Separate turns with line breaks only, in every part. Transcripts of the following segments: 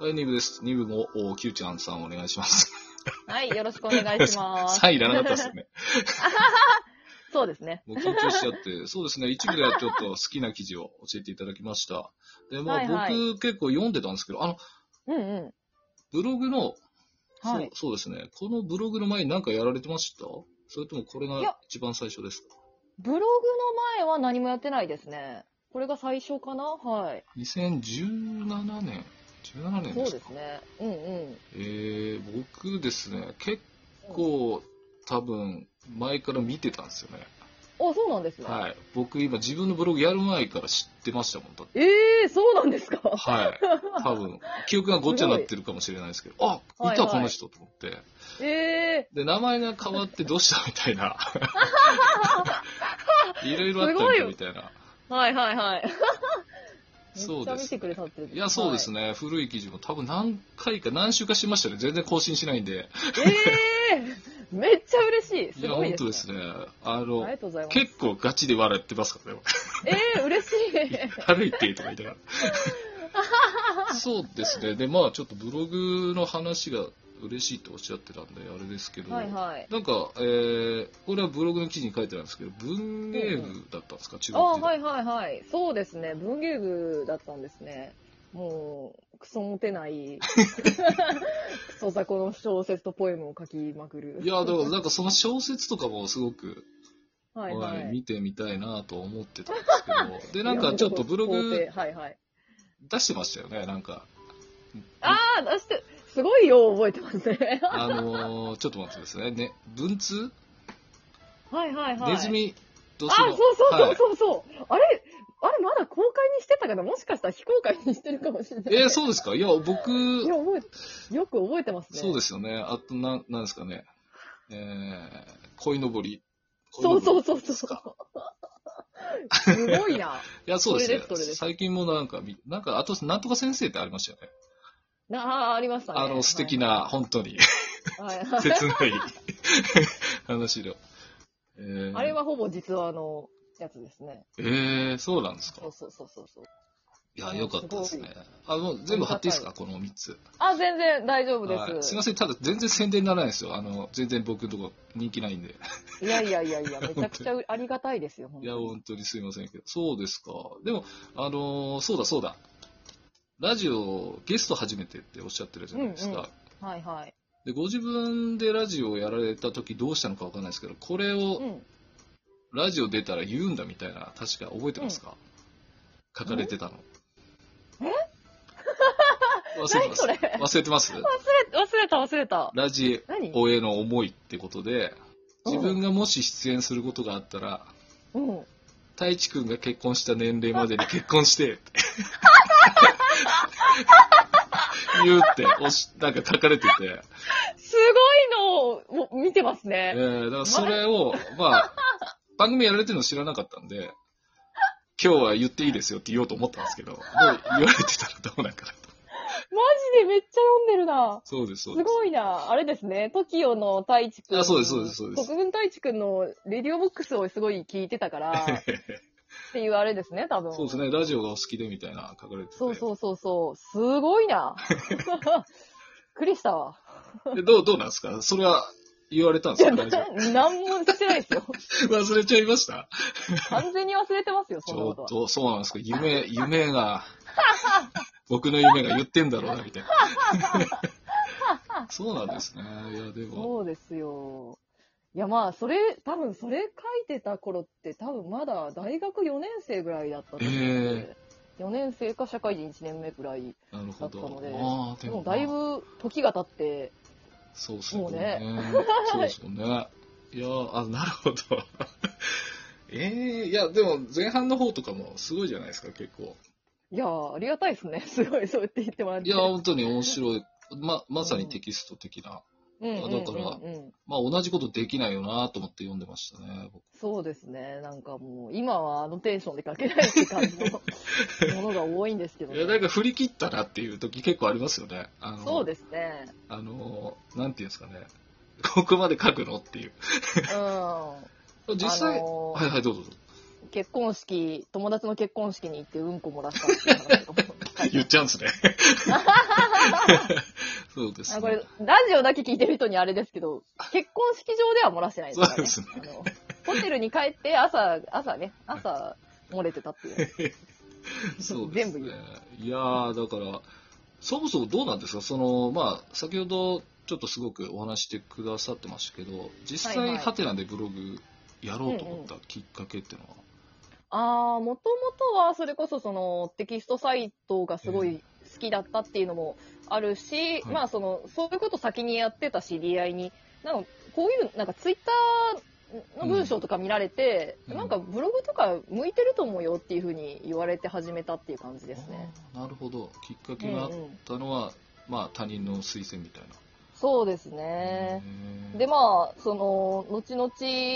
はい、2部です。2部も、おキューちゃんさんお願いします。
はい、よろしくお願いします。
サインいらなかったです ね。
そうですね。
もう緊張しちゃって。そうですね、1部ではちょっと好きな記事を教えていただきました。で、まあ
はいはい
僕結構読んでたんですけど、あの、
うんうん。
ブログの、
は
そ、。
いう
そうですね、このブログの前に何かやられてましたそれともこれ
い
が
や
一番最初ですか
ブログの前は何もやってないですね。これが最初かなはい。
?2017 年 ?17 年
そ
で
う
す
で
か
すね。うんうん。
えー、僕ですね、結構多分前から見てたんですよね。
あ、そうなんですね。
はい。僕今自分のブログやる前から知ってましたもん、だって
ええー、 そうなんですか
はい。多分、記憶がごっちゃになってるかもしれないですけど、あ、
はい
いたこの人と思って。
ええ
で、名前が変わってどうしたみたい な。いろいろあっ
すご
た
いよ
んみたいな。
ー。はいはいはい。め
そ
っ
う
ちゃ
で
見
す
てく
ね
れ。たってる。
いや、そうです
ね。
ね。古い記事も多分何回か、何週かしましたね。全然更新しないんで。
ええー、めっちゃ嬉しい。
い
す
や、
ごい
本
です、
当
ね。
ですね。あ
あり
の、
がとうございます。
結構ガチで笑ってますからね。
ええー、嬉しい。
歩いてとか言いなが ら。そうですね。で、まあ、ちょっとブログの話が嬉しいとおっしゃってたんで、あれですけど。
はいはい。
なんか、えー、これはブログの記事に書いてあるんですけど、文芸部だったんですか、中
あ
学時
は
代。
いはいはい。そうですね。文芸部だったんですね。もう、クソモテない、クソ雑魚の小説とポエムを書きまくる。
いや、だから、なんかその小説とかもすごく、
はいは
はい
い。
見てみたいなと思ってたんですけど、で、なんかちょっとブロ
いや
グ
肯定はいはい。
出してましたよね、なんか。
ああ、出して、すごいよう覚えてます ね。
あ のー、ちょっと待ってですね。ね、文通、
はいはいはい。
ネズミと
あ
そ
ー
の
そうそ
は
う
い
そうそうそう、あれ、あれまだ公開にしてたから、もしかしたら非公開にしてるかもしれない。
えー、そうですかいや、僕、
いや、覚え、よく覚えてますね。。
そうですすよね。あと、なん、なんですかね。えー、鯉のぼり。
そうそうそう
です
そう
か。
すごいな。
いや、そうですね
それですそれです
最近もなんかみ、なんか、あと、なんとか先生ってありましたよね。
な あー、ありましたね。
あの、素敵な、本当 に、
はい。はいはい
切ない話の。えー、
あれはほぼ実話のやつですね。
えー、そうなんですか
そう。そうそうそうそう。
いや、よかったですね。あの、全部貼っていいですかこの3つ。
あ、全然大丈夫です。
はい。すい
い
ません、ただ、全然宣伝にならないですよ。あの、全然僕のとこ人気ないんで。
やいやいやいや、めちゃくちゃありがたいですよ、本
い
当
や、
に。
本当にすいませんけど。そうですか。でも、あのーそうだそうだ。ラジオ、ゲスト初めてっておっしゃってるじゃないですか。
うんうんはいはい。
でご自分でラジオをやられた時どうしたのかわかんないですけどこれを
うん。
ラジオ出たら言うんだみたいな確か覚えてますか、書かれてたの
え
忘れてます
何それ
忘れてます
忘れた忘れた。
ラジ
何
オへの思いってことで
うん
自分がもし出演することがあったら
うん。
太一くんが結婚した年齢ま でに結婚してって言うっておしなんか書かれてて
すごいのを見てます
え
ね。
ー、だからそれを、まあ、 番組やられてるの知らなかったんで、今日は言っていいですよって言おうと思ったんですけど、もう言われてたらどうなんかなと。
マジでめっちゃ読んでるな。
そうです、そう
す
です。
ごいな。あれですね、TOKIO の太一くん。
あそうですそうですそうです
国分太一くんのレディオボックスをすごい聞いてた から、っていうあれですね、多分。
そうですね、ラジオがお好きでみたいな書かれてて。
そうそうそうそう。すごい な。びっくりしたわ。
でどう、どうなんですかそれは言われたん
い
です
や、
か大
な
丈
なんもしてないですよ。
夫 忘れちゃいました
完全に忘れてますよ、
ち
そんな
ょ
こ
っ
とは。
と、そうなんですか夢、夢が、 僕の夢が言ってんだろうな、みたいな。そうなんですね。いや、でも、
そうですよ。いや、まあ、それ、多分それ書いてた頃って、多分まだ大学4年生ぐらいだったと思うんで、4年生か社会人1年目ぐらい。
なるほど。
だったので
ああ、
で
でも
も、
まあ、
だいぶ時が経って、
そうですよ
もう
ね
ね。
そうですよね。いやーあ、なるほど。 ええいや、でも前半の方とかもすごいじゃないですか、結構。
いやー、ありがたいですね。すごい、そうやって言ってもらって。
いやー、本当に面白い。ま、まさにテキスト的な。
うんうんうんうん
だからまあ、同じことできないよなと思って読んでましたね。僕
そうですね。なんかもう、今はあのテンションで書けないって感じの ものが多いんですけど、
いや、なんか振り切ったなっていう時結構ありますよね。あの、
そうですね。
あのー、なんていうんですかね。ここまで書くのっていう。
うん。
実際、
あのー
はいはい、どうぞどうぞ。
結婚式、友達の結婚式に行ってうんこ漏らしたっていう話とか
言っちゃうんですね。そうです
あ
ね。
これ、ラジオだけ聞いてる人にあれですけど、結婚式場では漏らしてないですからね。
そう
あのホテルに帰って朝、朝ね、朝漏れてたっていう。
そうです
全部
ね
言。
いやー、だから、そもそもどうなんですかその、まあ、先ほどちょっとすごくお話してくださってましたけど、実
はい
際、
はい
ハテナでブログやろうと思ったきっかけっていうのは、
ああ、もともとはそれこそそのテキストサイトがすごい好きだったっていうのもあるし、
はい
まあその、そういうこと先にやってた知り合いに、なんかこういう、なんかツイッターの文章とか見られて、
うん
なんかブログとか向いてると思うよっていうふうに言われて始めたっていう感じですね。
あーなるほど。きっか
うん
けがあっ
うん
たのは、まあ、他人の推薦みたいな。
そうですね。
へー
で、まあ、その、後々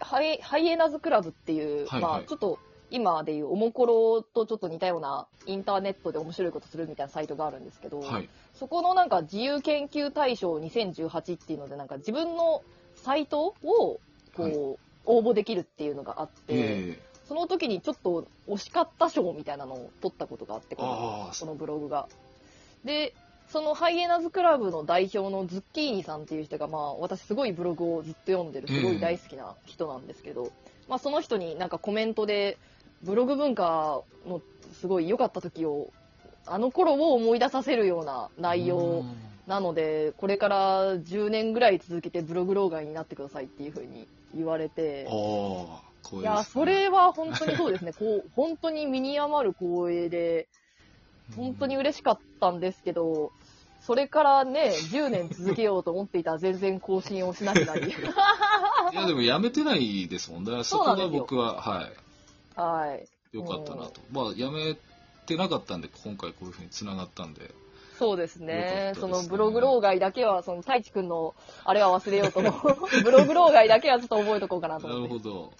ハイ、ハイエナズクラブっていう、
はい
ま
は
あ、
い
ちょっと、今でいうおもころとちょっと似たようなインターネットで面白いことするみたいなサイトがあるんですけど、
はい。
そこのなんか自由研究大賞2018っていうのでなんか自分のサイトをこう、
はい
応募できるっていうのがあって、
ええ
その時にちょっと惜しかった賞みたいなのを取ったことがあって、この
ああ、
そ
そ
のブログが。で、そのハイエナズクラブの代表のズッキーニさんっていう人が、まあ、私すごいブログをずっと読んでる、すごい大好きな人なんですけど、まあ、その人になんかコメントで、ブログ文化のすごい良かった時を、あの頃を思い出させるような内容
うん
なので、これから10年ぐらい続けてブログ老害になってくださいっていうふうに言われて、
ああ、
い
光栄
や、
ですね
それは本当にそうですね、こう本当に身に余る光栄で、本当に嬉しかったんですけど、それからね、10年続けようと思っていたら全然更新をしなくな り、
いや、でもやめてないですもんね。そ
そう
こ
なんです
が
よ
僕は、はい。
はい、
良かったなと。まあ、やめてなかったんで、今回こういうふうに繋がったんで。
そうです
よかった
ね
で、す
そ
ね
のブログ老害だけは、その太一くんのあれは忘れようと思 う、ブログ老害だけはちょっと覚えとこうかなと
な
思
る
って。
ほど。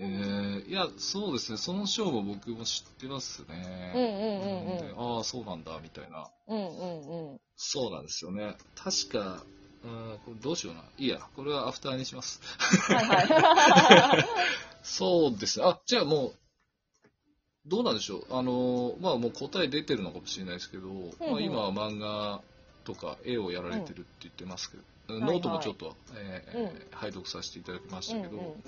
えー、いや、そうですね。その賞も僕も知ってます
うんう
ね。
ん
でああ、そうなんだ、みたいな。
うんうん。うんうん うん。
そうなんですよね。確か、うん、これどうしような。いいや、これはアフターにします。
はいはい。
そうですね。あ、じゃあもう、どうなんでしょう。あの、まあもう答え出てるのかもしれないですけど、まあ、今は漫画とか絵をやられてるって言ってますけど、
ん
ノート
は
も
いはい
ちょっと、えー
うん
拝読させていただきまし
う
た
ん
けど、
うんうん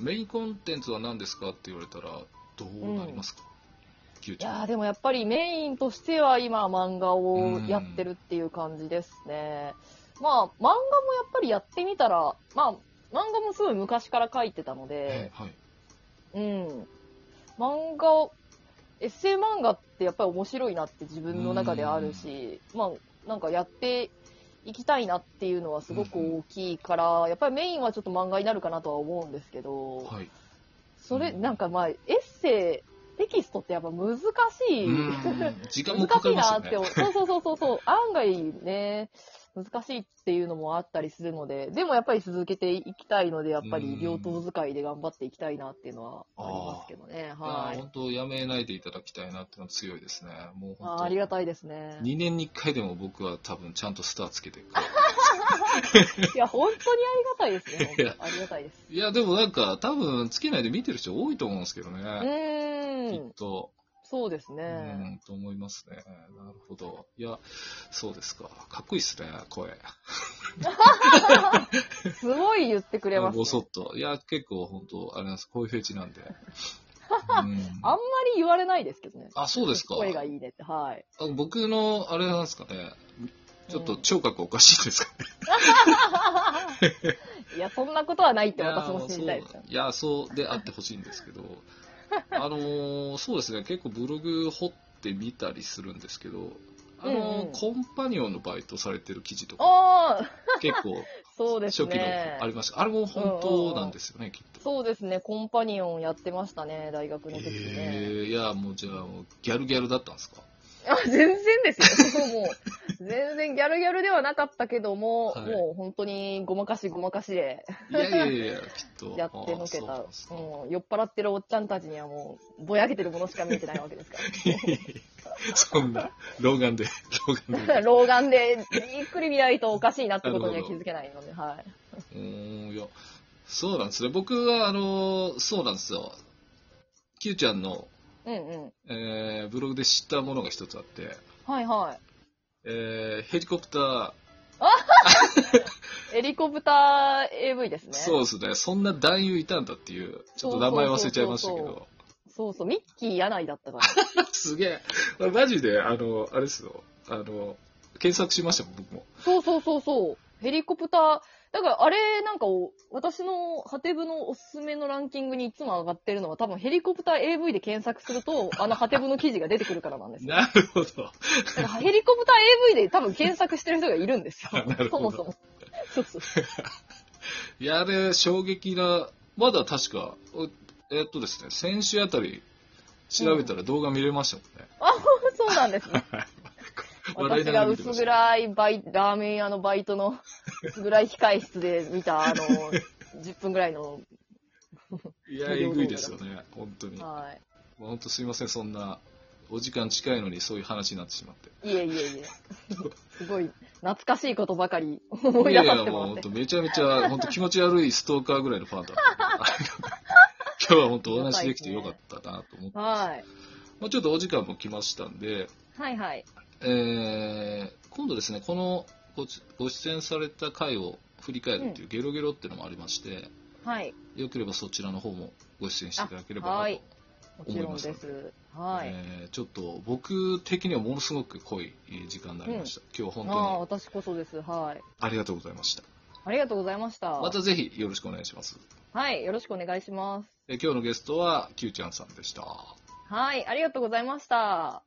メインコンテンツは何ですかって言われたら、どうなりますか、キュー
い
ち
や
ゃ
ー
ん。
でもやっぱりメインとしては今漫画をやってるっていう感じですね。まあ漫画もやっぱりやってみたら、まあ漫画もすごい昔から書いてたの
え
で、
はい。
うん。漫画を、エッセイ漫画ってやっぱり面白いなって自分の中であるし、まあなんかやっていきたいなっていうのはすごく大きいから、やっぱりメインはちょっと漫画になるかなとは思うんですけど、
はい。
それなんかまあエッセイ、テキストってやっぱ難しい。
うん時間もかか
難し
り
い
ま
な
すよ
っ
ね
て。思う。 そうそうそうそうそう。案外ね、難しいっていうのもあったりするので、でもやっぱり続けていきたいので、やっぱり両党使いで頑張っていきたいなっていうのはありますけどね。
いやー
はい。
本当、やめないでいただきたいなってのは強いですね。もう本
あ
当
ーありが たいですね。
2年に1回でも僕は多分ちゃんとスターつけてくる。
いや、本当にありがたいですね。本当
い
に
や
ありがたいです。
いや、でもなんか、多分、つけないで見てる人多いと思うんですけど
う
ね。き
ーん
っ。と。
そうです
う
ね。
ん、と思いますね。なるほど。いや、そうですか。かっこいいっすね、声。
すごい言ってくれます、ね
ぼ。そっと。いや、結構本当、あれなんです。こういうフェチなん で。うん
あんまり言われないですけどね。
あ、そうですか。
声がいいねって。はい。
あ僕の、あれなんですかね。ちょっと聴覚おかしいですか、
いや、そんなことはないって
いや
私も信じたいです。
そういや、そうであってほしいんですけ ど。あのーそうですね。結構ブログ掘ってみたりするんですけど、あのー
うんうん
コンパニオンのバイトされてる記事とか
ああ、
結構
そうです
初
ね。
期のありました。あれも本当なんですよね、きっと。
そうですね、コンパニオンやってましたね、大学の時
え
ね。
ー、いや、もうじゃあ、もうギャルギャルだったんですか
あ、全然ですよ。もう、全然ギャルギャルではなかったけども、
はい
もう本当にごまかしごまかしで
いやいやいやいや、きっと。
やっての
あーそ
け
うな
た
んです。か
もう酔っ払ってるおっちゃんたちにはもう、ぼやけてるものしか見えてないわけですか
そんな、老眼で、老眼
ら。
で。
老眼で、じっくり見ないとおかしいなってことには気づけないので、は
うーん、いや、そうなんですね。僕は、あのーそうなんですよ。キューちゃんの
うんうん。
えーブログで知ったものが一つあって、
はいは
えーヘリコプター、
い。ヘリコプター AV ですね。
そうですね、そんな男優いたんだっていう、ちょっと名前忘れちゃいましたけ
そうそう
ど、
そうそう、ミッキー柳井だったから。
すげえ、俺マジで、あの、あれですよ、あの、検索しましたもん、僕も。
そうそうそうそう。ヘリコプター。だからあれなんかを私のハテブのおすすめのランキングにいつも上がってるのは多分ヘリコプター AV で検索す るとあのハテブの記事が出てくるからなんですよ。
なるほど。
だからヘリコプター AV で多分検索してる人がいる んですよ
なる。
そ
ほど
もそも。そうそう。
いや、あれ、衝撃な、まだ確か、おえっとですね、先週あたり、調べたら動画見れましたもんね。
そうなんですね。
笑い
私
なが
が
ら見て
薄
ました
暗いバイラーメン屋のバイトの薄暗い控え室で 見たあの10分ぐらいの、
いや、えぐいですよね、本当に。まあ
はい。
本当すいません、そんな、お時間近いのにそういう話になってしまって。
いえいえいえ。 すごい、懐かしいことばかり思い出させても
もう本
らって
当。めちゃめち ゃ、本当気持ち悪いストーカーぐらいのファンだった。今日は本当お話できてよかったなと思って。
はい。
まあ、ちょっとお時間も来ましたんで、
はいはい。
えー今度ですね、このごちご出演された回を振り返るっていうゲロゲロっていうのもありまして、
はい。
よければそちらの方もご出演していただければなと、
はいもちろんです。はい。
えーちょっと僕的にはものすごく濃い時間になりました。今日は
ああ、
本
私こそです。はい。
当にありがとうございました。
ありがとうございました。
またぜひよろしくお願いします。
はい。よろしくお願いします。
えー今日のゲストは Q ちゃんさんでした。
はい。ありがとうございました。